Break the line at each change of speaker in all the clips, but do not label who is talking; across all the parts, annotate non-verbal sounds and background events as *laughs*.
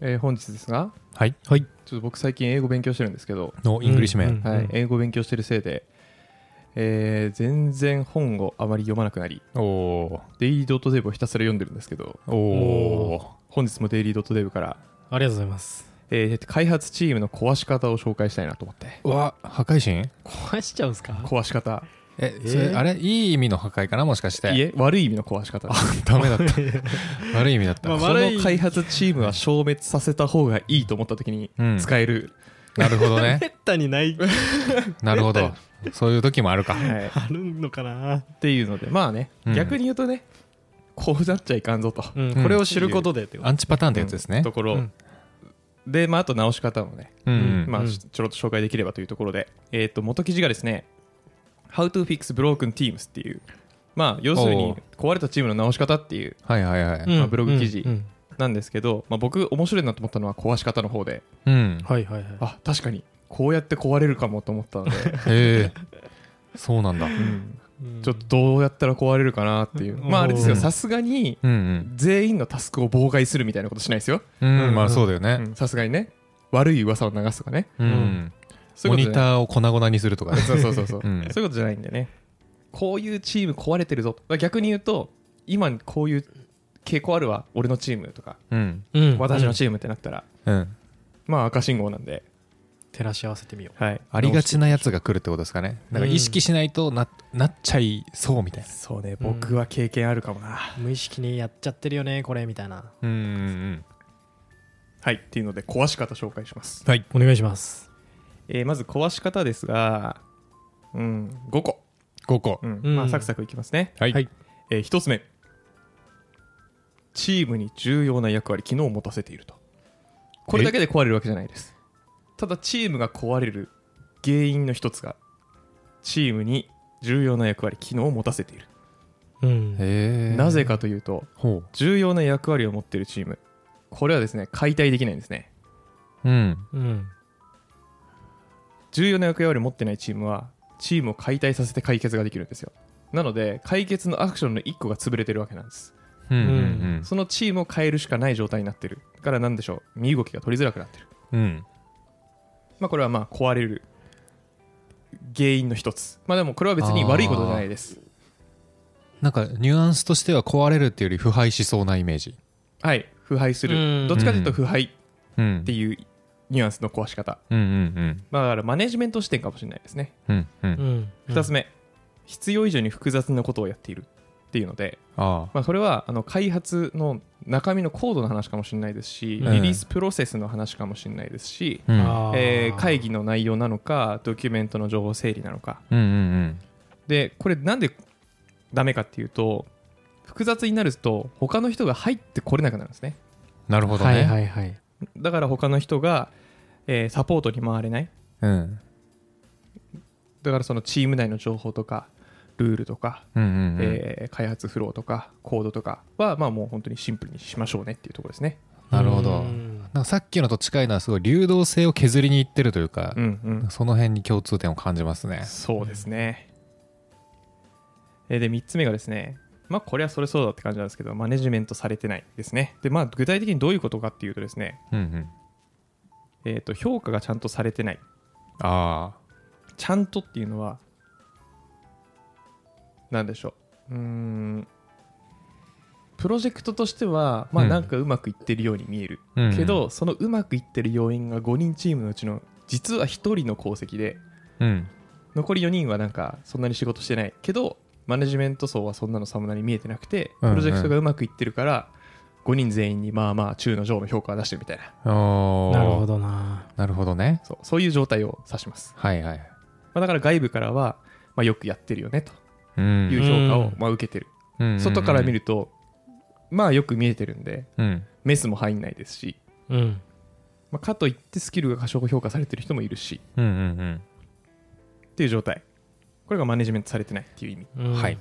えー本日ですが
はい。はい。
ちょっと僕最近英語勉強してるんですけど、
のイングリッシュメ
うん
ン。
はい英語勉強してるせいで、えー全然本をあまり読まなくなり
おお
デイリードットデブをひたすら読んでるんですけど
ー。おお。
本日もデイリードットデブから、
ありがとうございます。
えー開発チームの壊し方を紹介したいなと思って
うわ、破壊神
壊しちゃうんすか
壊し方
え、
えー
それ、あれいい意味の破壊かなもしかして。
いえ悪い意味の壊し方です
ダメだ *laughs* った。悪い意味だった。
まあ
こ
悪い
の開発チームは消滅させた方がいいと思った時に
うん
使える、
なるほどね *laughs*
め。ったにない、
なるほど。そういう時もあるか。
はいっ
あるのかな。
ていうのでまあね、
うん
逆に言うとねこうなっちゃいかんぞと、
うん、これを知ることでってこと
アンチパターンってやつですね
と。ころ、
うん
で、まあ、あと直し方もね、
うんん。
まあ、
うん
ちょろっと紹介できればというところで、えっ、と元記事がですね「How to fix broken teams」っていうまあ要する
お
に
う
壊れたチームの直し方っていう
はいはいはい。
うん
まあブログ記事
うんうん
なんですけど、まあ、僕面白いなと思ったのは壊し方の方で
うん。
はいはいはい。
あ確かにこうやって壊れるかもと思ったので、
へえ。 *laughs* そうなんだ。
うん
うん
ちょっとどうやったら壊れるかなっていうまああれです
う
よ
ん
さすがに
うん
全員のタスクを妨害するみたいなことしないですよ
うん。うん、まあそうだよ
う
ね。
んさすがにね悪い噂を流すとかね
うんん。
そう
モ
いう
ニ
ことじゃない
ターを粉々にするとか *laughs* ね。
そうそうそうそう、
うん
*laughs* そういうことじゃないんでねこういうチーム壊れてるぞと逆に言うと今こういう傾向あるわ俺のチームとか、
うん。
うん
私の
うん
チームってなったら
うん。
まあ赤信号なんで、
照らし合わせてみよ
はい、
ありがちなやつが来るってことですかね。なんか意識しないとな、なっちゃいそうみたいな。
そうね
うん
僕は経験あるかもな、
う。無意識にやっちゃってるよね、これみたいな。
うんうん
はいっていうので壊し方紹介します、
はい。
お願いします。
えーまず壊し方ですがうん5個、
5個
う。ん
うん
まあ、サクサクいきますね、
はい。
えー、1つ目チームに重要な役割機能を持たせているとこれだけで壊れるわけじゃないですただチームが壊れる原因の一つがチームに重要な役割機能を持たせている、
うん。
へえ。
なぜかというと
ほ
重要な役割を持っているチームこれはですね解体できないんですね
う。うん。
うん。
重要な役割を持ってないチームはチームを解体させて解決ができるんですよなので解決のアクションの1個が潰れてるわけなんです
うんん
そのチームを変えるしかない状態になってる。だから何でしょう、身動きが取りづらくなってる。
うん。うん。
まあこれはまあ壊れる原因の一つ。まあでもこれは別に悪いことじゃないです。
なんかニュアンスとしては壊れるっていうより腐敗しそうなイメージ。
はい、腐敗す
う
る。
ん
どっちかというと腐敗っ
うん
ていうニュアンスの壊し方。
うんうん
まあだからマネジメント視点かもしれないですね。
うん。うんう。
うんん。
二つ
目。
目、必要以上に複雑なことをやっているっていうので、
ああ。
まあそれはあの開発の中身のコードの話かもしれないですし、
うん
リリースプロセスの話かもしれないですし、
うん
あー
えー会議の内容なのか、ドキュメントの情報整理なのか、
うんうん
でこれなんでダメかっていうと複雑になると他の人が入ってこれなくなるんですね
なるほどね。
はいはいはい。
だから他の人が、えーサポートに回れない
うん。
だからそのチーム内の情報とかルールとか、
うんうんうん。
えー開発フローとかコードとかはまあもう本当にシンプルにしましょうねっていうところですね
なるほど
う。ん
なんかさっきのと近いのはすごい流動性を削りにいってるというか
う、んうん
その辺に共通点を感じますね。
そうですねえーで3つ目がですねまあこれはそれそうだって感じなんですけどマネジメントされてないですねでまあ具体的にどういうことかっていうとですね
うんうん。
えー、と評価がちゃんとされてない
あ
ちゃんとっていうのは何でしょううーんプロジェクトとしてはまあ
うん
なんかうまくいってるように見える、
あ。うん
け、どそのうまくいってる要因が5人チームのうちの実は1人の功績で
うん。
残り4人はなんかそんなに仕事してないけどマネジメント層はそんなのさもなに見えてなくて
うん
プ
うん
ロジェクトがうまくいってるから5人全員にまあまあ中の上の評価を出してみたいな
なる
なるほ
ほど。
どな。
なるほどね。
そうそういう状態を指します
はいはい。
まあ、だから外部からは、まあ、よくやってるよねと
う。
いうん評価を
うん
まあ受けてる、
うんうんうん
外から見。るとまあよく見えてるんで
うん。
メスも入んないですし、
うん。
まあ、かといってスキルが過小評価されてる人もいるし
うんうん
っていう状態これがマネジメントされてないっていう意味
う
うんん。はい。。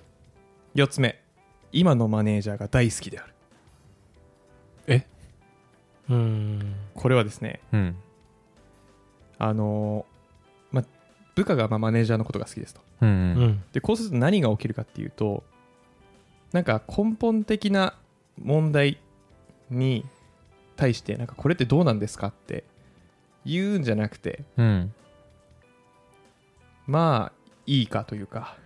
4つ目今のマネージャーが大好きである
うん。
これはですね
うん。
あのーまあ、部下がまあマネージャーのことが好きですと
うん
う
うん。
ん。
でこうすると何が起きるかっていうとなんか根本的な問題に対してなんかこれってどうなんですかって言うんじゃなくて
うん。
まあいいかというか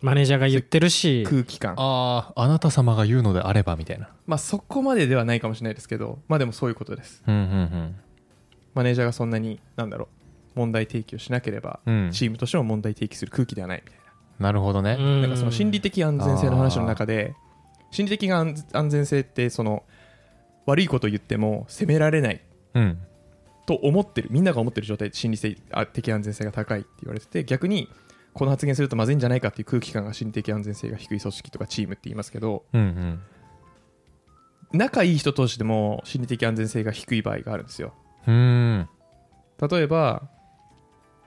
マネージャーが言ってるし、
空気感
ああ、あなた様が言うのであればみたいな。
まあそこまでではないかもしれないですけどまあでもそういうことです
うんうん
マネージャーがそんなになんだろう問題提起をしなければ
うん。うん、
チームとしても問題提起する空気ではないみたい
なるほどね。
ななんかその心理
的
的安全性の話の中で心理的安安全性ってその悪いことを言っても責められない
うん。
と思ってるみんなが思ってる状態で心理性あ的安全性が高いって言われてて逆にこの発言するとまずいんじゃないかっていう空気感が心理的安全性が低い組織とかチームって言いますけど
うんうん。
仲いい人同士でも心理的安全性が低い場合があるんですよ
うーん。
例えば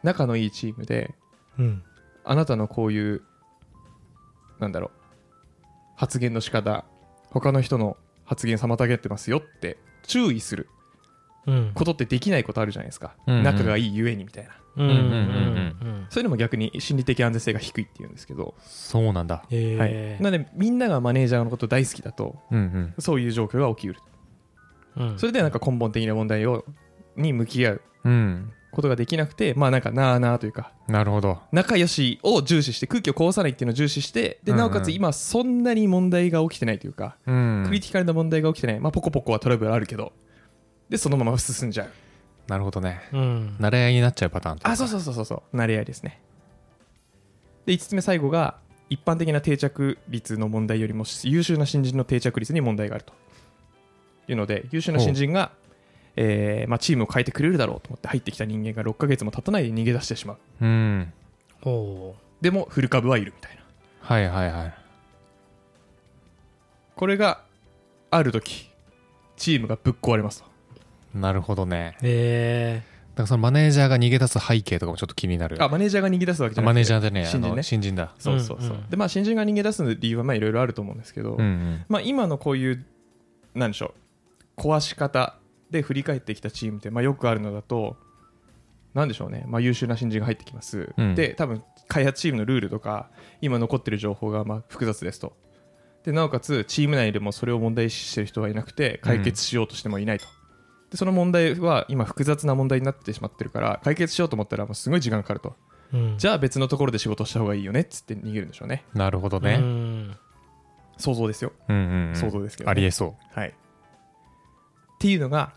仲のいいチームで
うん
あなたのこういうなんだろう発言の仕方他の人の発言妨げてますよって注意する
うん
ことってできないことあるじゃないですか、
うんうん
仲がいいゆえにみたいな
うんうんうん
そういうのも逆に心理的安全性が低いっていうんですけど、
そうなんだ。
はい
え
なのでみんながマネージャーのこと大好きだと
うんうん。
そういう状況が起きうる
ー
それでなんか根本的な問題をに向き合う
うん。
ことができなくてまあなんかなあなあというか
なるほど。
仲良しを重視して空気をこぼさないっていうのを重視してで
うんうん
なおかつ今そんなに問題が起きてないというか、
うん
クリティカルな問題が起きてないまあポコポコはトラブルあるけどでそのまま進んじゃう
なるほどね。
うん
慣れ合いになっちゃうパターンといか
あそうそうそうそうそう慣れ合いですねで5つ目最後が一般的な定着率の問題よりも優秀な新人の定着率に問題があるというので優秀な新人が、えーまあ、チームを変えてくれるだろうと思って入ってきた人間が6ヶ月も経たないで逃げ出してしまう
うん。
ほ
でもフル株はいるみたいな
はいはいはい。
これがある時チームがぶっ壊れますと
なるほどね。
うえ
だからそのマネージャーが逃げ出す背景とかもちょっと気になる。
あマネージャーが逃げ出すわけじゃなくて
マネージャーでねえ、あ
新人
の
ね
新人だ。
そうそうそう、
うんうん
でまあ新人が逃げ出す理由はまあいろいろあると思うんですけど、
うんうん。
まあ、今のこういうなんでしょう壊し方で振り返ってきたチームって、まあ、よくあるのだとなんでしょうね、まあ、優秀な新人が入ってきます、
うん
で多分開発チームのルールとか今残ってる情報がまあ複雑ですとでなおかつチーム内でもそれを問題視してる人はいなくて解決しようとしてもいないと、でその問題は今複雑な問題になってしまってるから解決しようと思ったらもうすごい時間かかると
うん
じゃあ別のところで仕事した方がいいよねっつって逃げるんでしょうね
なるほど
う
ね。
ん
想像ですよ
うんうんうん。
想像ですけどね
ありえそ
はい。っていうのが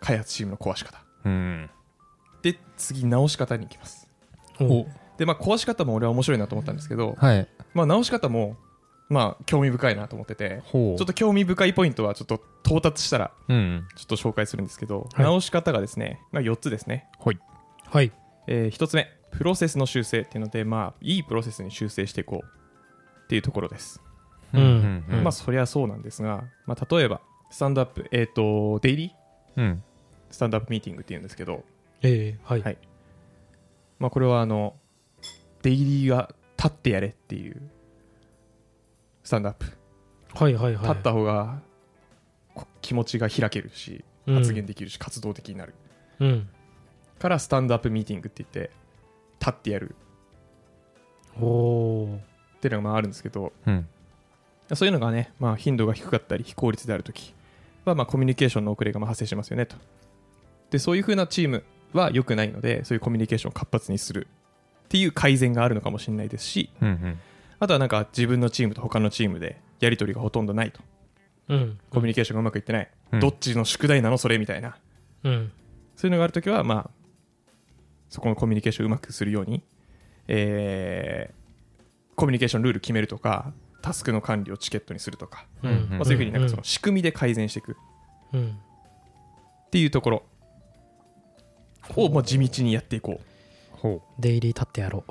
開発チームの壊し方。
う。うん。
で、次、直し方に行きます。
ほ
で、まあ、壊し方も俺は面白いなと思ったんですけど、
はい。
まあ、直し方も、まあ、興味深いなと思ってて、
ほう。
ちょっと興味深いポイントは、ちょっと到達したら、
うん。
ちょっと紹介するんですけど、
はい
直し方がですね、まあ、4つですね。
ほい。
うはい
え1つ目、プロセスの修正っていうので、まあ、いいプロセスに修正していこうっていうところです。
うん
うん
まあ、そりゃそうなんですが、まあ、例えば、スタンドアップ、えっ、と、デイリー
うん。
スタンドアップミーティングっていうんですけど、
ええはい
はいまあ、これはあのデイリーは立ってやれっていうスタンドアップ、
はいはいはい
立った方がこ気持ちが開けるし
うん
発言できるし、活動的になる
うん
からスタンドアップミーティングって言って立ってやる
おー
っていうのがまああるんですけど
うん。
そういうのがね、まあ、頻度が低かったり非効率であるときはまあコミュニケーションの遅れがまあ発生しますよねとでそういう風なチームは良くないのでそういうコミュニケーションを活発にするっていう改善があるのかもしれないですし
うんうん。
あとはなんか自分のチームと他のチームでやり取りがほとんどないと
うん
コミュニケーションがうまくいってない、
うん
どっちの宿題なのそれみたいな
うん
そういうのがあるときはまあそこのコミュニケーションをうまくするように、えーコミュニケーションルール決めるとかタスクの管理をチケットにするとか、
うんうん
まあ、そういうふうになんかその仕組みで改善していく
うん
っていうところをまあ地道にやっていこ
ほ
デイリー立ってやろ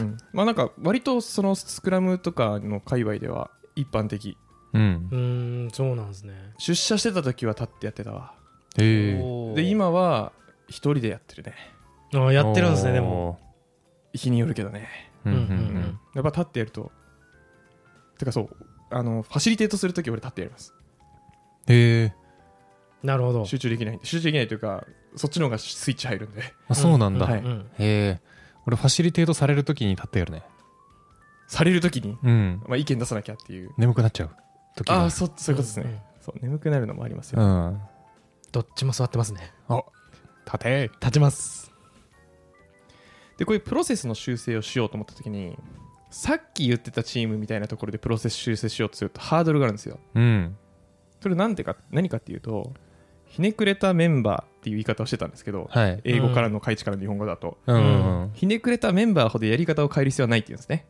う
う、うんまあなんか割とそのスクラムとかの界隈では一般的
う。うん。
うーんそうなんですね
出社してた時は立ってやってたわ
へえ。
で今は一人でやってるね
あやってるんですねでも
日によるけどね
おー。うんうん
うんうんうん
やっぱ立ってやるとてかそうあのファシリテートするとき俺立ってやります
うん。へえ。
なるほど
集中できない集中できないというかそっちの方がスイッチ入るんで *laughs*
あ、そうなんだ。
はい
へ
うん
え。俺、ファシリテートされるときに立ってやるね。
されるときに、
うん。
まあ、意見出さなきゃっていう
眠くなっちゃう時が。
ああそそういうことですね、
うん
そう眠くなるのもあります
う
よ、
ん。
どっちも座ってますね。
立て
立ちます。
でこういうプロセスの修正をしようと思った時にさっき言ってたチームみたいなところでプロセス修正しようとするとハードルがあるんですよ
うん。
それなんでか何かっていうとひねくれたメンバーっていう言い方をしてたんですけど
はい。
英語からの開地からの日本語だと、
うん。
ひねくれたメンバーほどやり方を変える必要はないっていうんですね、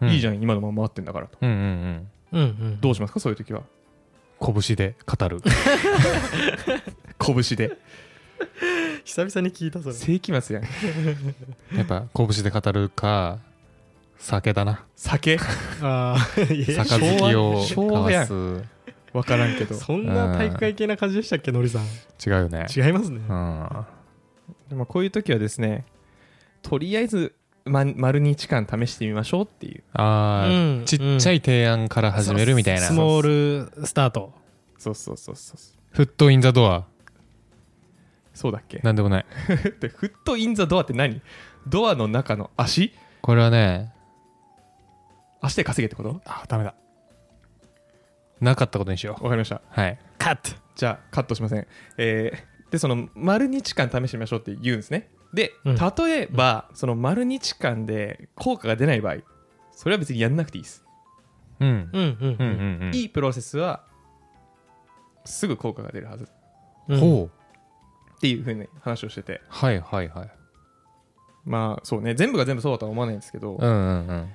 うん
いいじゃん今のまま回ってんだからと
うんうん
うんうん。
どうしますかそういう時は
うん。拳で語る。
拳 *laughs* で
久々に聞い
*laughs*
たそれ。
世紀末やん
*laughs* やっぱ拳で語るか、酒だな。
酒
ああ、 *laughs* いや
酒好きを
昭
交
和や
わ
ん
す。
分からんけど
そんな体育会系な感じでしたっけ、のりさん。
違うよね。
違いますね。
うん。
でもこういう時はですねとりあえず、ま、丸日間試してみましょうっていう
あー
うん
ちっちゃい提案から始めるみたいな
ス。モールスタート。
そうそうそうそう
フットインザドア。
そうだっけ
なんでもない。
でフットインザドアって何ドアの中の足
これはね、
足で稼げってこと
あ、ダメだ。なかったことにしよう。
わかりました
はい。
カット。
じゃあカットしませんえーでその丸日間試してみましょうって言うんですねで、
うん
例えばその丸日間で効果が出ない場合それは別にやんなくていいです、
うん。
うんう
うんうん
ん
うん。
いいプロセスはすぐ効果が出るはずっ
うん。う。
ほう。
ていうふうに話をしてて
はいはいはい。
まあそうね全部が全部そうだとは思わないんですけど、
うんうんうん。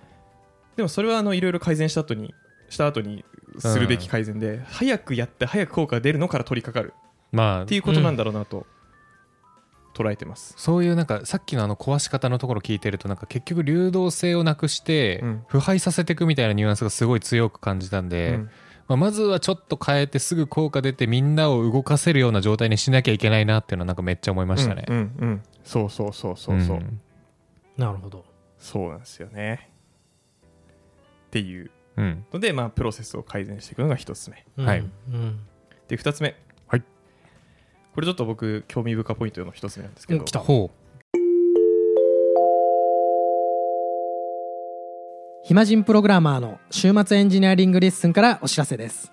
でもそれはあのいろいろ改善した後にした後にするべき改善で、早くやって早く効果が出るのから取り掛かる
まあ
って、いうことなんだろうなと捉えてます、
そういうなんかさっきのあの壊し方のところ聞いてるとなんか結局流動性をなくして
うん
腐敗させていくみたいなニュアンスがすごい強く感じたんで、
うん
まあ、まずはちょっと変えてすぐ効果出てみんなを動かせるような状態にしなきゃいけないなっていうのはなんかめっちゃ思いましたね。
うんうんうんそうそうそうそうそう、
ん
なるほど。
そうなんですよねっていう
うん
のでまあプロセスを改善していくのが一つ目
うん
はい
うん。
で二つ目
はい
これちょっと僕興味深ポイントの一つ目なんですけ
う
ど
ん来た
ほ
暇人プログラマーの週末エンジニアリングレッスンからお知らせです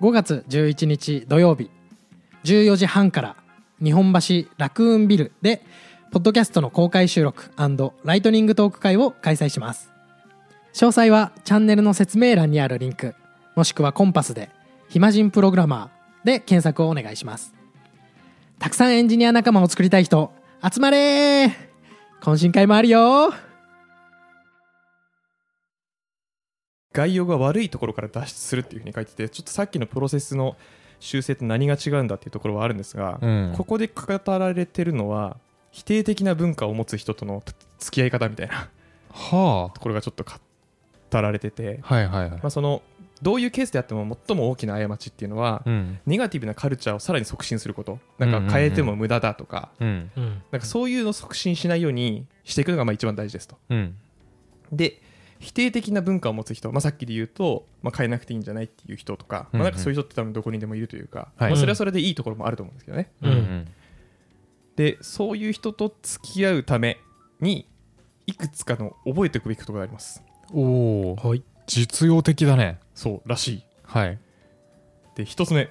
5月11日土曜日14時半から日本橋ラクーンビルでポッドキャストの公開収録ライトニングトーク会を開催します詳細はチャンネルの説明欄にあるリンクもしくはコンパスで「暇人プログラマー」で検索をお願いしますたくさんエンジニア仲間を作りたい人集まれー懇親会もあるよ
概要が悪いところから脱出するっていうふうに書いててちょっとさっきのプロセスの修正と何が違うんだっていうところはあるんですが、
う。うん
ここで語られてるのは否定的な文化を持つ人との付き合い方みたいな
は
ところがちょっと語られてて、
あ。はいはいはい。
まあ、そのどういうケースであっても最も大きな過ちっていうのは、
うん。
ネガティブなカルチャーをさらに促進することなんか変えても無駄だとか,、
うん。
うん。
なんかそういうのを促進しないようにしていくのがまあ一番大事ですと。
うん。
で否定的な文化を持つ人、まあ、さっきで言うと、まあ、変えなくていいんじゃないっていう人とか,、
うんうん
まあ、なんかそういう人って多分どこにでもいるというか、
はい
まあ、それはそれでいいところもあると思うんですけどね。
うん。う
うん
ん
でそういう人と付き合うためにいくつかの覚えておくべきことがあります
おお。
はい。
実用的だね。
そうらしい
はい。
で一つ目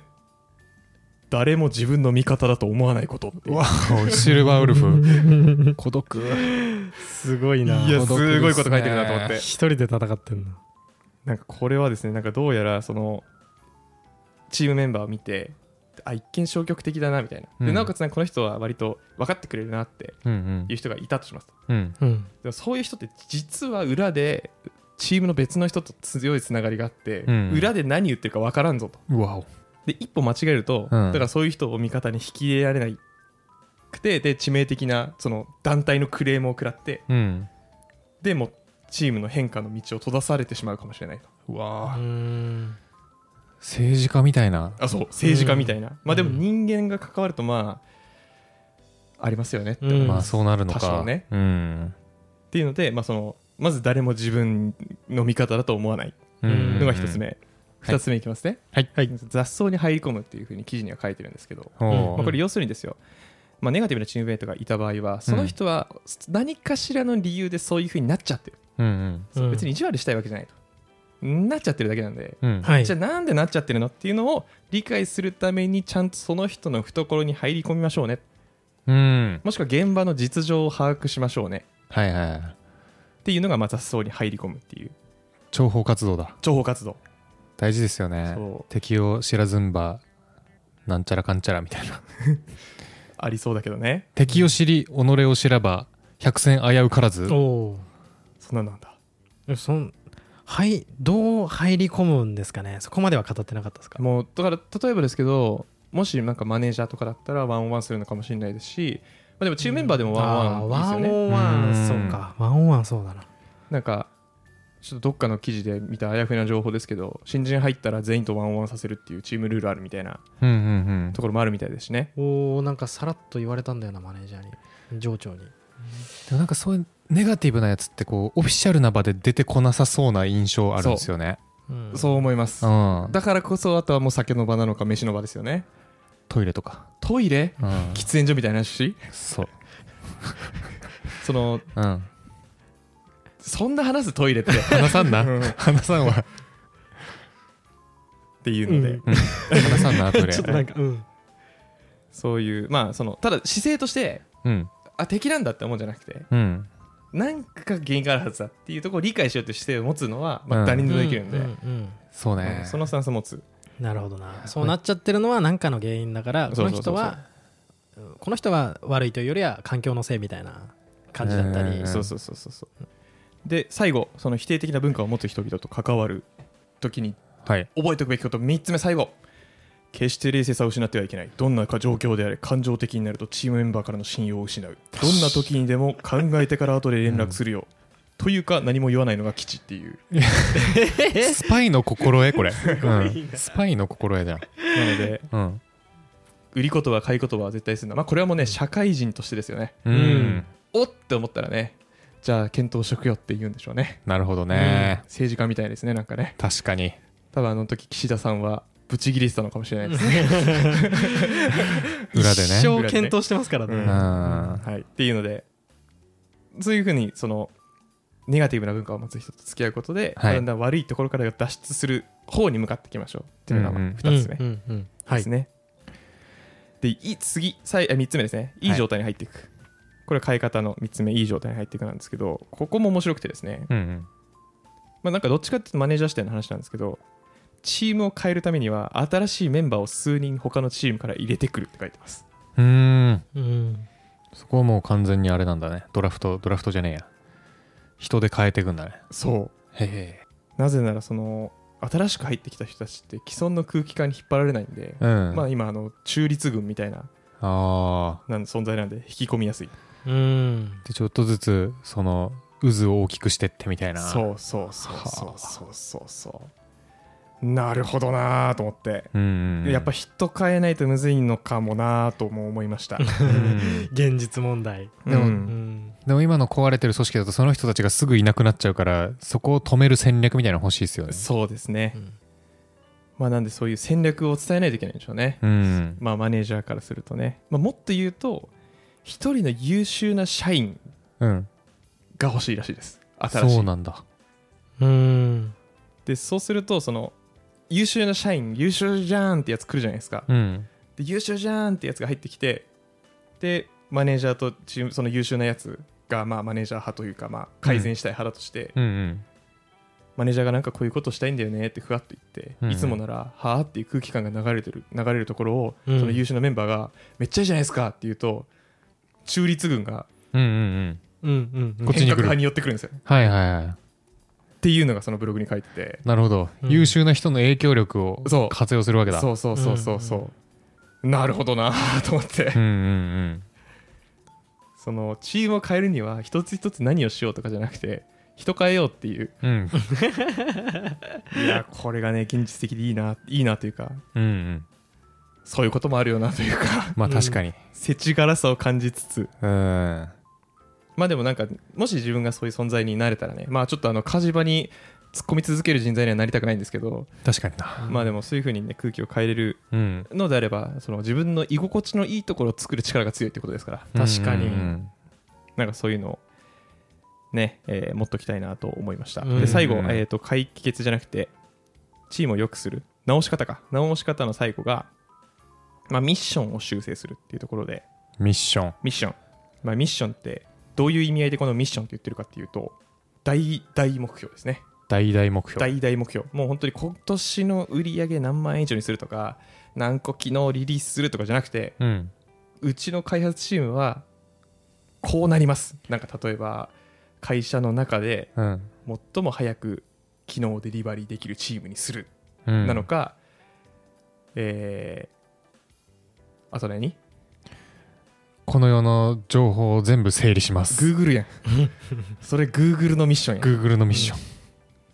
誰も自分の味方だと思わないことっていう
わおシルバーウルフ。
孤独。すごい
い
な。
や
孤独
すごいこと書いてるなと思っ
で
て
一人で戦ってんな。
なんかこれはですねなんかどうやらそのチームメンバーを見てあ一見消極的だなみたいな、
う
で
ん
なおかつなんかこの人は割と分かってくれるなって
うん
いう人がいたとします
うん。うん。
うん。
でもそういう人って実は裏でチームの別の人と強いつながりがあって、
うん
裏で何言ってるか分からんぞと
うわお。
で一歩間違えると、
うん
だからそういう人を味方に引き入れられないくてで致命的なその団体のクレームを食らって
うん。
でもうチームの変化の道を閉ざされてしまうかもしれないと
うわ
う
あ。
ん。
政治家みたいな。
あそう政治家みたいな、まあでも
うん
人間が関わるとまあありますよねって,、
うん
っ
まあそうなるの
多
か。
少ね
うん。
ていうので、まあ、そのまず誰も自分の味方だと思わない
うん
のが1つ。目、
はい
2つ目いきますね、
はい。はい。
雑草に入り込むっていうふうに記事には書いてるんですけど、
お
まあ、
ー
これ要するにですよ、まあ、ネガティブなチームメイトがいた場合はその人は何かしらの理由でそういうふうになっちゃってる、
うんうん。
そう別に意地悪したいわけじゃないとなっちゃってるだけなんで、
うん
はい
じゃあなんでなっちゃってるのっていうのを理解するためにちゃんとその人の懐に入り込みましょうね
うん
もしくは現場の実情を把握しましょうね
はいはいはい
っていうのがまあ雑草に入り込むっていう
情報活動だ
情報活動
大事ですよね
そう
敵を知らずんばなんちゃらかんちゃらみたいな
ありそうだけどね
敵を知り己を知らば百戦危うからず
おお
そんなんなんだ
ーそんはいどう入り込むんですかねそこまでは語ってなかったですか
もうだから例えばですけどもしなんかマネージャーとかだったらワンオンワンするのかもしれないですし、まあ、でもチームメンバーでもワンオンワンいいですよね
ワンオンワ
う
ン
ん
そうかワンオンワンそうだな
なんかちょっとどっかの記事で見たあやふやな情報ですけど新人入ったら全員とワンオンワンさせるっていうチームルールあるみたいな
うんうんうん
ところもあるみたいですしね
おーなんかさらっと言われたんだよなマネージャーに上長に
でもなんかそういうネガティブなやつってこうオフィシャルな場で出てこなさそうな印象あるんですよね
うん
そう思います
うん
だからこそあとはもう酒の場なのか飯の場ですよね
トイレとか
トイレ
うん
喫煙所みたいな話
そう
その
うん
そんな話すトイレって
話さんな
うんっ
話さんは
ていうので、
うん
話さんなトイレ
*laughs* ちょっとなんかうん
そういうまあそのただ姿勢として
うん
あ敵なんだって思うんじゃなくて
うん
なんか原因があるはずだっていうところを理解しようって姿勢を持つのは、ま
う
あ、
ん
誰にでもできるんで、
ううん
そう
う
ね
んそのスタンスを持つ
なるほどなそうなっちゃってるのは何かの原因だからこ
そう
の
そうそ
人
うそう
はうんこの人は悪いというよりは環境のせいみたいな感じだったり
うん
そうそうそうそうそうで最後その否定的な文化を持つ人々と関わる時に
はい
覚えておくべきこと3つ目最後決して冷静さを失ってはいけないどんなか状況であれ感情的になるとチームメンバーからの信用を失うどんな時にでも考えてから後で連絡するよ、というか何も言わないのが基地っていう
スパイの心得これうんスパイの心得だよ
なので
うん
売り言葉買い言葉は絶対するな、まあ、これはもうね社会人としてですよね
うん
おっって思ったらねじゃあ検討しとくよって言うんでしょうね
なるほどね
政治家みたいですねなんかね
確かに
多分あの時岸田さんはブチギレてたのかもしれないですね、
裏で
一
ね
生検討してますからね
う
うん
*laughs*
ん
はい、っていうのでそういうふうにそのネガティブな文化を持つ人と付き合うことで、
はい
だんだん悪いところから脱出する方に向かっていきましょうっていうのが
うんうん
2つ目
う
で
んうんうんはい
すね、でい次最3つ目ですねいい状態に入っていく、これは変え方の3つ目いい状態に入っていくなんですけどここも面白くてですね、
うんうん
まあ、なんかどっちかっていうとマネージャー視点の話なんですけどチームを変えるためには新しいメンバーを数人他のチームから入れてくるって書いてます
うーん
うん
そこはもう完全にあれなんだねドラフトドラフトじゃねえや人で変えていくんだね
そう
へ
なぜならその新しく入ってきた人たちって既存の空気感に引っ張られないんで、
えうん
まあ
あ
今あの中立軍みたいな
あ
なん存在なんで引き込みやすい
うん
ーでちょっとずつその渦を大きくしてってみたいな
そうそうそうそうそうそうそうなるほどなーと思って、
うんうんうん
やっぱ人変えないとむずいのかもなーとも思いま
*laughs*
した、
うん
現実問題
でも
うん
でも今の壊れてる組織だとその人たちがすぐいなくなっちゃうからそこを止める戦略みたいなの欲しいですよね
そうですね、
うん
まあなんでそういう戦略を伝えないといけないんでしょうね、
うん
まあマネージャーからするとね、まあ、もっと言うと一人の優秀な社員
うん
が欲しいらしいです新しい
そうなんだ
うん
でそうするとその優秀な社員優秀じゃんってやつ来るじゃないですか、
うん
で優秀じゃんってやつが入ってきてでマネージャーとチームその優秀なやつがまあマネージャー派というかまあ改善したい派だとして、
うんうん
マネージャーがなんかこういうことしたいんだよねってふわっと言って、
うん
いつもならはあっていう空気感が流れてる流れるところを、
うん
その優秀なメンバーがめっちゃいいじゃないですかって言うと中立軍が
うんうん
うんうん
こっちに
変革
来る
派に寄ってくるんですよっ
はいはいは
ていうのがそのブログに書いてて
いなるほど、
うん
優秀な人の影響力を
そう
活用するわけだ
そうそうそうそうそう、なるほどなぁと思って
うんうん
そのチームを変えるには一つ一つ何をしようとかじゃなくて人変えようっていう
うんうん
いやこれがね現実的でいいないいなというか
うんうん
そういうこともあるよなというか
まあ確かに
せちがらさを感じつつ
うん
まあでもなんかもし自分がそういう存在になれたらねまあちょっとあの火事場に突っ込み続ける人材にはなりたくないんですけど、
確かにな
まあでもそういうふうにね空気を変えれる
うん
のであればその自分の居心地のいいところを作る力が強いってことですから
確かに
うん
なんかそういうのをね、えー持っときたいなと思いました。
うん
で、最後、えー、と解決じゃなくて、チームを良くする、直し方か、直し方の最後が、まあ、ミッションを修正するっていうところで、
ミッション。
ミッション、まあ、ミッションって、どういう意味合いでこのミッションって言ってるかっていうと、大大目標ですね。
大々目標。
大大目標もう本当に今年の売り上げ何万円以上にするとか何個機能リリースするとかじゃなくて
うん。
うちの開発チームはこうなりますなんか例えば会社の中で
うん。
最も早く機能をデリバリーできるチームにする
うん、
なのか、えー、あと何
この世の情報を全部整理します。
?Google
*laughs*
やんそれ Google のミッションやん、
Google のミッション。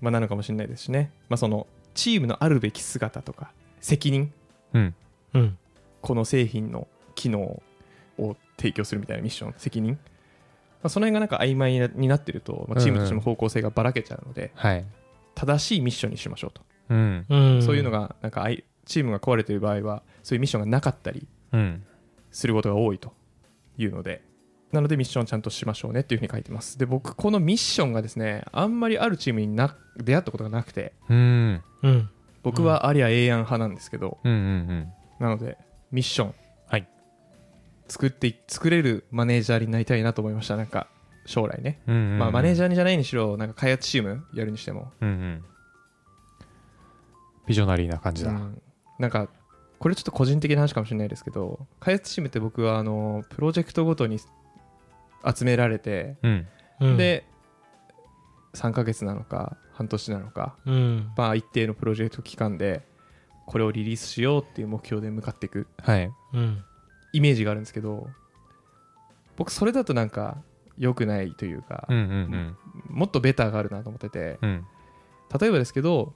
まあ、なのかもしれないですしね、まあ、そのチームのあるべき姿とか責任
うん。
うん
この製品の機能を提供するみたいなミッション責任、まあ、その辺がなんか曖昧になってると、まあ、チームとしても方向性がばらけちゃうので、
はい。
正しいミッションにしましょうと、
うん。
うん
そういうのがなんかあいチームが壊れてる場合はそういうミッションがなかったり
うん。
することが多いというのでなのでミッションちゃんとしましょうねっていうふうに書いてますで僕このミッションがですねあんまりあるチームにな出会ったことがなくて
うん。
うん
僕はありゃええやん派なんですけど、
うん。うん。
なので、ミッション、
はい
作って作れるマネージャーになりたいなと思いました、なんか将来ね。
うん。うん。
まあ、マネージ
ャー。
ャーにじゃないにしろ、なんか開発チームやるにしても、
うんうん。ビジョナリーな感じだ。
うんなんか、これちょっと個人的な話かもしれないですけど、開発チームって僕はあのプロジェクトごとに集められて、
うん。
うん
で、3ヶ月なのか、半年なのか、
うん
まあ、一定のプロジェクト期間で、これをリリースしようっていう目標で向かっていく
はい。
うん
イメージがあるんですけど僕それだとなんか良くないというか、
うん。うん。
もっとベターがあるなと思ってて
うん。うん。
例えばですけど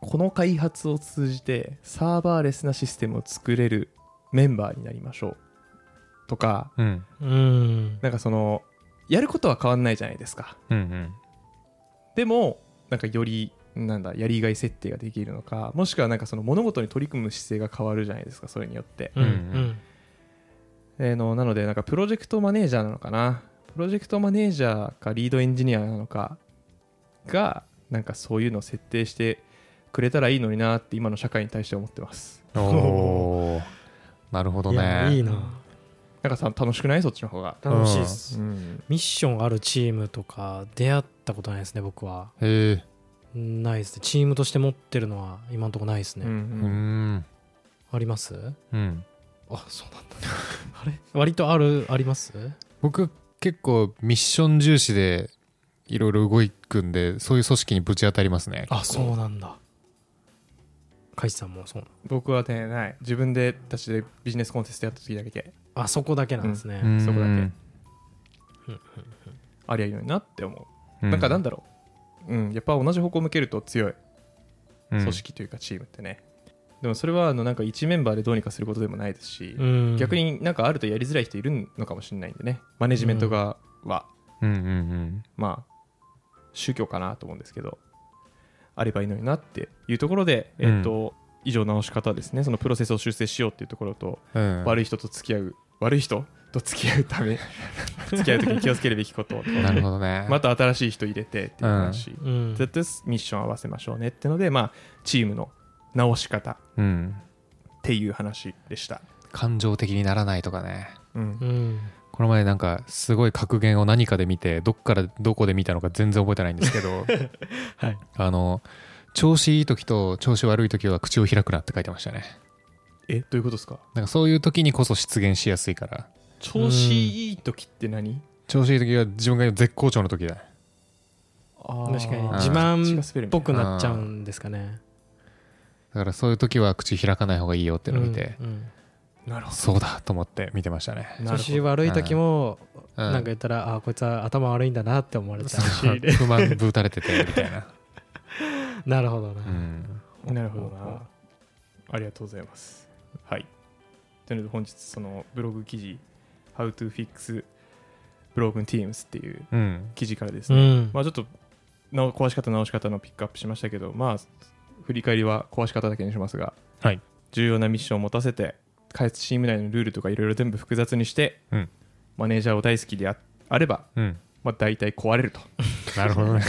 この開発を通じてサーバーレスなシステムを作れるメンバーになりましょうとか
うん。
うん
なんかそのやることは変わんないじゃないですか
うん。うん。
でもなんかよりなんだやりがい設定ができるのかもしくはなんかその物事に取り組む姿勢が変わるじゃないですかそれによって
うんうん
えーのなのでなんかプロジェクトマネージャーなのかなプロジェクトマネージャーかリードエンジニアなのかがなんかそういうのを設定してくれたらいいのになって今の社会に対して思ってます
お *laughs* ー。なるほど
いや
ね。
いいな
なんかさ楽しくないそっちの方が、
楽しいっす
うん、
ミッションあるチームとか出会ったことないですね僕は
へえ。
ないですねチームとして持ってるのは今のところないですね、
うん
う
うん
ん。
あります
うん。
あそう *laughs* なんだあれ割とあるあります
僕、結構ミッション重視で、いろいろ動くんで、そういう組織にぶち当たりますね。
あそうなんだカイチさんもそう
僕はねない自分でたちでビジネスコンテストやった時だけ
あそこだけなんですね、
うん
そこだけ
うん
ありゃいいのになって思う、
う
なんかなんだろう、うん、やっぱ同じ方向向けると強い
うん
組織というかチームってね、でもそれはあのなんか1メンバーでどうにかすることでもないですし、
うん
逆になんかあるとやりづらい人いるのかもしれないんでねマネジメント側は、
うんうんうん
まあ宗教かなと思うんですけどあればいいのになっていうところで、
うん
えっと以上直し方ですねそのプロセスを修正しようっていうところと、
うん
悪い人と付き合う悪い人と付き合うた
*laughs*
め付き合う時に気をつけるべきこと
なるほど *laughs* ね。
また新しい人入れてっていう話、
うん
絶対ミッション合わせましょうねってのでまあチームの直し方
うん。
っていう話でした、
感情的にならないとかね。
うん
うん
この前なんかすごい格言を何かで見て、どっからどこで見たのか全然覚えてないんですけ *laughs* ど、
はい
あの、調子いい時と調子悪い時は口を開くなって書いてましたね。
えどういうことですか
なんかそういう時にこそ出現しやすいから、
調子いい時って何
調子いい時は自分が絶好調の時だ。
確
確かに
ん
自慢っぽく
いな
なっちゃうんですかね
だからそういう時は口開かない方がいいよっていうのを見て、
うんうん
なるほ
そうだと思って見てましたね。
どな
調
るほ
子
ど
悪い時も
うん
なんか言ったらあこいつは頭悪いんだなって思われちゃうし
不満ぶたれててみたい *laughs* な。
なるほどな
うん。
なるほどなありがとうございますはいというので本日そのブログ記事「How to Fix Broken Teams」っていう
うん。
記事からです
う
ね、
ん
まあちょっとなお壊し方直し方のピックアップしましたけどまあ振り返りは壊し方だけにしますが、
はい
重要なミッションを持たせて開発チーム内のルールとかいろいろ全部複雑にして、
うん
マネージャーを大好きでああれば
うん。
まあ、大体壊れると、
なるほ *laughs* どね。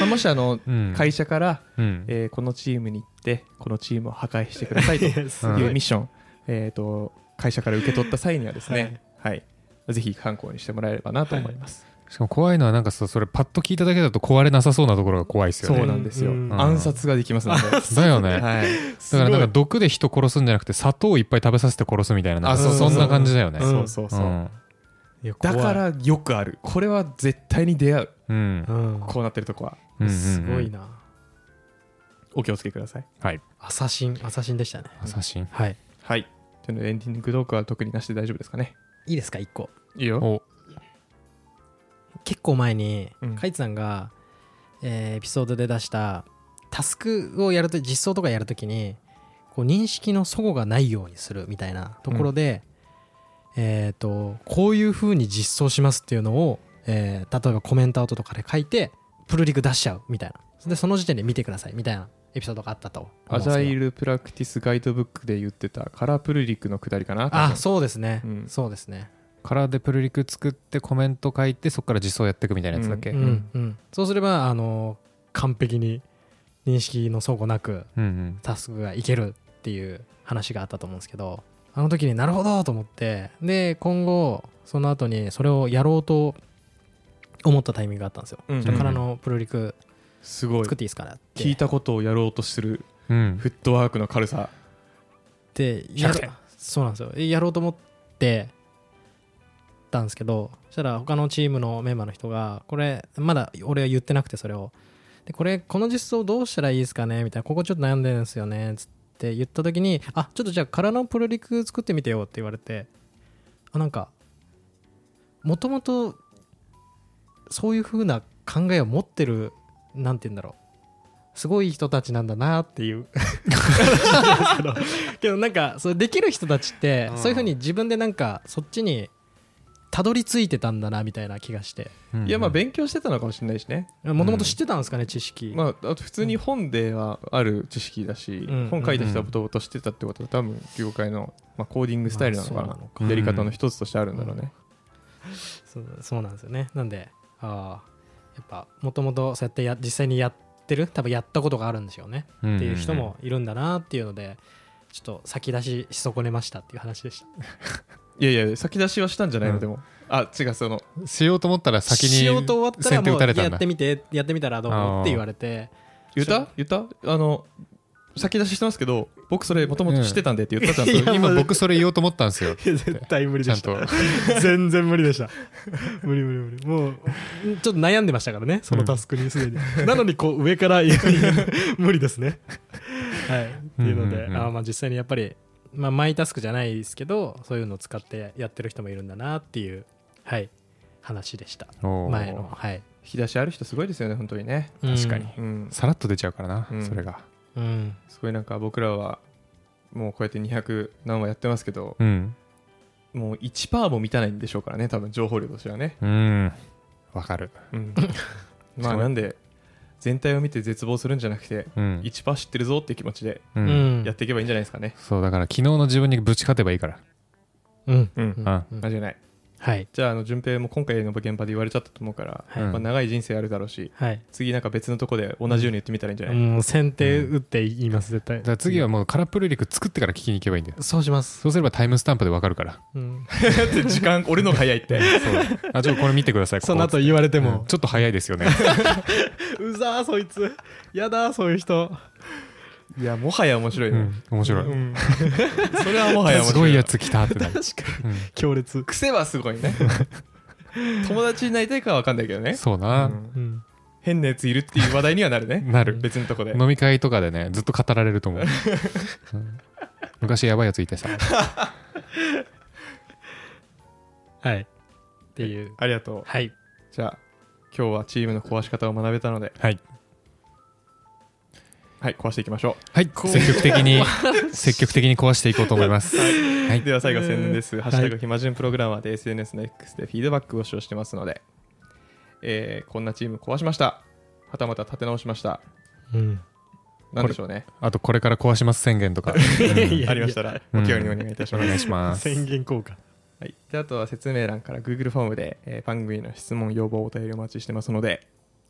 まあ、もしあの、
うん
会社から、
うん。
えーこのチームに行ってこのチームを破壊してくださいという
す
ごい
ミッション、えー、と会社から受け取った際にはですね、はいぜひ参考にしてもらえればなと思います、
しかも怖いのはなんかさそれパッと聞いただけだと壊れなさそうなところが怖いですよ
そう
ね。
なんですよ、
うん
うん
暗殺ができますので、
だよね。
はい、
だからなん
すご
か
い
毒で人殺すんじゃなくて砂糖をいっぱい食べさせて殺すみたいななん
あ
か
そう
そんな感じだよね。
うん
そうそうそう、
いや怖
だ
い
からよくあるこれは絶対に出会う
うん
うん
こうなってるとこは
うん
すごい
な。
な
お気をつけください
はい。
アサシンアサシンでしたね
アサシン。
はい
はいというのでエンディングトークは特になしで大丈夫ですかね
いいですか一個
いいよ
お
結構前に
うん
カイツさんが、えーエピソードで出したタスクをやると実装とかやるときにこう認識の齟齬がないようにするみたいなところで、えー、とこういうふうに実装しますっていうのを、えー例えばコメントアウトとかで書いてプルリク出しちゃうみたいなでその時点で見てくださいみたいなエピソードがあったと思うん
ア
です
ジ
けど
ャイルプラクティスガイドブックで言ってたカラープルリックのくだりかな
あ
多分
そうですね、
うん
そうですね
カラーでプルリク作ってコメント書いてそこから実装やっていくみたいなやつだっけ、
う
うんん、うんそうすればあの完璧に認識の齟齬なく
うんうん
タスクがいけるっていう話があったと思うんですけどあの時になるほどと思ってで今後その後にそれをやろうと思ったタイミングがあったんですよ。
うん
ちょっとからのプロリク
すごい
作っていいですかねって
聞いたことをやろうとする
うん
フットワークの軽さ
でやろそうなんですよでやろうと思ってたんですけどそしたら他のチームのメンバーの人がこれまだ俺は言ってなくてそれをでこれこの実装どうしたらいいですかねみたいなここちょっと悩んでるんですよねつって言った時にあちょっとじゃあ空のプロリク作ってみてよって言われてあなんかもともとそういう風な考えを持ってるなんて言うんだろうすごい人たちなんだなっていう話なんですけどけどなんかそれできる人たちって
うん
そういう風に自分でなんかそっちにたどり着いてたんだなみたいな気がして
うん
いやまあ勉強してたのかもしれないしね
もともと知ってたんですかね知識、
まああと普通に本ではある知識だし
うん
本書いた人はこととしてたってことは多分業界のまあコーディングスタイルなのか
まあ
な
そうなの
か
やり方の一つとしてあるんだろうね
そうそうなんですよねなんでああやっぱもともとそうやってや実際にやってる多分やったことがあるんでしょうね、
っ
っていう人もいるんだなっていうのでちょっと先出しし損ねましたっていう話でした
いやいや先出しはしたんじゃないのでもあ違うその
しようと思ったら先に
しようと終わったら
先手
も
打たれ
う
た
や
んだ
ってみてやってみたらどう
あー
もって言われて
言った言ったあの先出ししてますけど僕それもともとしてたんでって言ったじゃんと
今僕それ言おうと思ったんですよ
絶対無理
ちゃんと
全然無理でした無理無理無理もうちょっと悩んでましたからねそのタスクにすでに、 *laughs* なのにこう上からいやいや無理ですねはいっていうので、
うんうんうん
あーまあ実際にやっぱり、まあ、マイタスクじゃないですけどそういうのを使ってやってる人もいるんだなっていうはい話でした
おー
前のはい
引き出しある人すごいですよね本当にね
確かに
うん
さらっと出ちゃうからな、
うん
それが
うん
すごいなんか僕らはもうこうやって200何話やってますけど
うん
もう1%も満たないんでしょうからね多分情報量としてはね
うんわかる
うん、まあ
そう
なんで全体を見て絶望するんじゃなくて
うん
1%知ってるぞっていう気持ちで
う
うんん
やっていけばいいんじゃないですかね、
そうだから昨日の自分にぶち勝てばいいから
うん
うん
うん
あ
うん
間違いない
はい
じゃああの順平も今回の現場で言われちゃったと思うから、
はい
うん
まあ、長い人生あるだろうし
はい
次なんか別のとこで同じように言ってみたらいいんじゃない、
もう先手打って言います、絶対。
だから次はもうカラプルリク作ってから聞きに行けばいいんだよ
そうします。
そうすればタイムスタンプでわかるから
うん、
だって時間俺の方が早いって
あちょっとこれ見てくださいここ
その後言われて
うん
も、
ちょっと早いですよね
うざー、そいつ。やだー、そういう人。
いやもはや面白いうよ、
ん面白い
うんそれはもはや面白い
すごいやつ来たってなる、
確か
うん
強烈。
癖はすごいね友達になりたいかは分かんないけどね、
*laughs* そう
う
な、
ん
うん。
変なやついるっていう話題にはなるね
なる
別のとこで
飲み会とかでねずっと語られると思う、うん昔やばいやついてさ
はい。っていう。
ありがとう
はい。
じゃあ今日はチームの壊し方を学べたので
はい
はい壊していきましょ
はい積極的に積極的に壊していこうと思いますは
うでは最後宣伝です「ハッシュタグ暇人プログラマー」で SNS の X でフィードバックを使用してますので、えーこんなチーム壊しましたはたまた立て直しました
うん。
なんでしょうね
あとこれ *laughs* から壊します宣言とか
*laughs* いやいや
ありましたら
う
お
ん
気軽にお願いいたし
お
ます、
願いします
宣言効果。
はい、であとは説明欄から Google フォームで、えー番組への質問要望お便りお待ちしてますので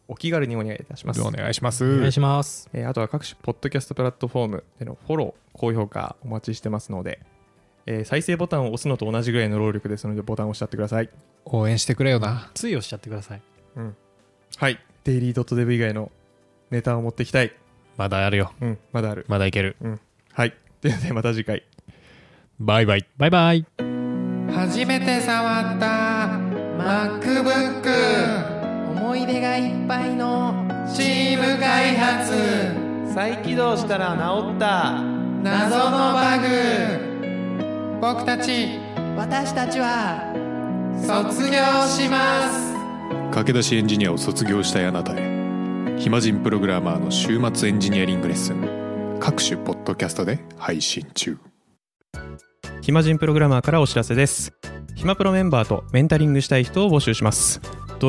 お気軽にお願いいたします
お願いします。
お願いします
えーあとは各種ポッドキャストプラットフォームでのフォロー高評価お待ちしてますので、えー再生ボタンを押すのと同じぐらいの労力ですのでボタンを押しちゃってください
応援してくれよな。
ついをしちゃってください
はいデイリー .dev 以外のネタを持ってきたい
まだあるよ。
うんまだある
まだいける。
はいというのでまた次回
バイバイ。
バイバイ
初めて触った MacBook 思い出がいっぱいのチーム開発
再起動したら治った
謎のバグ僕たち私たちは卒業します
駆け出しエンジニアを卒業したいあなたへ暇人プログラマーの週末エンジニアリングレッスン各種ポッドキャストで配信中
暇人プログラマーからお知らせです暇プロメンバーとメンタリングしたい人を募集しますど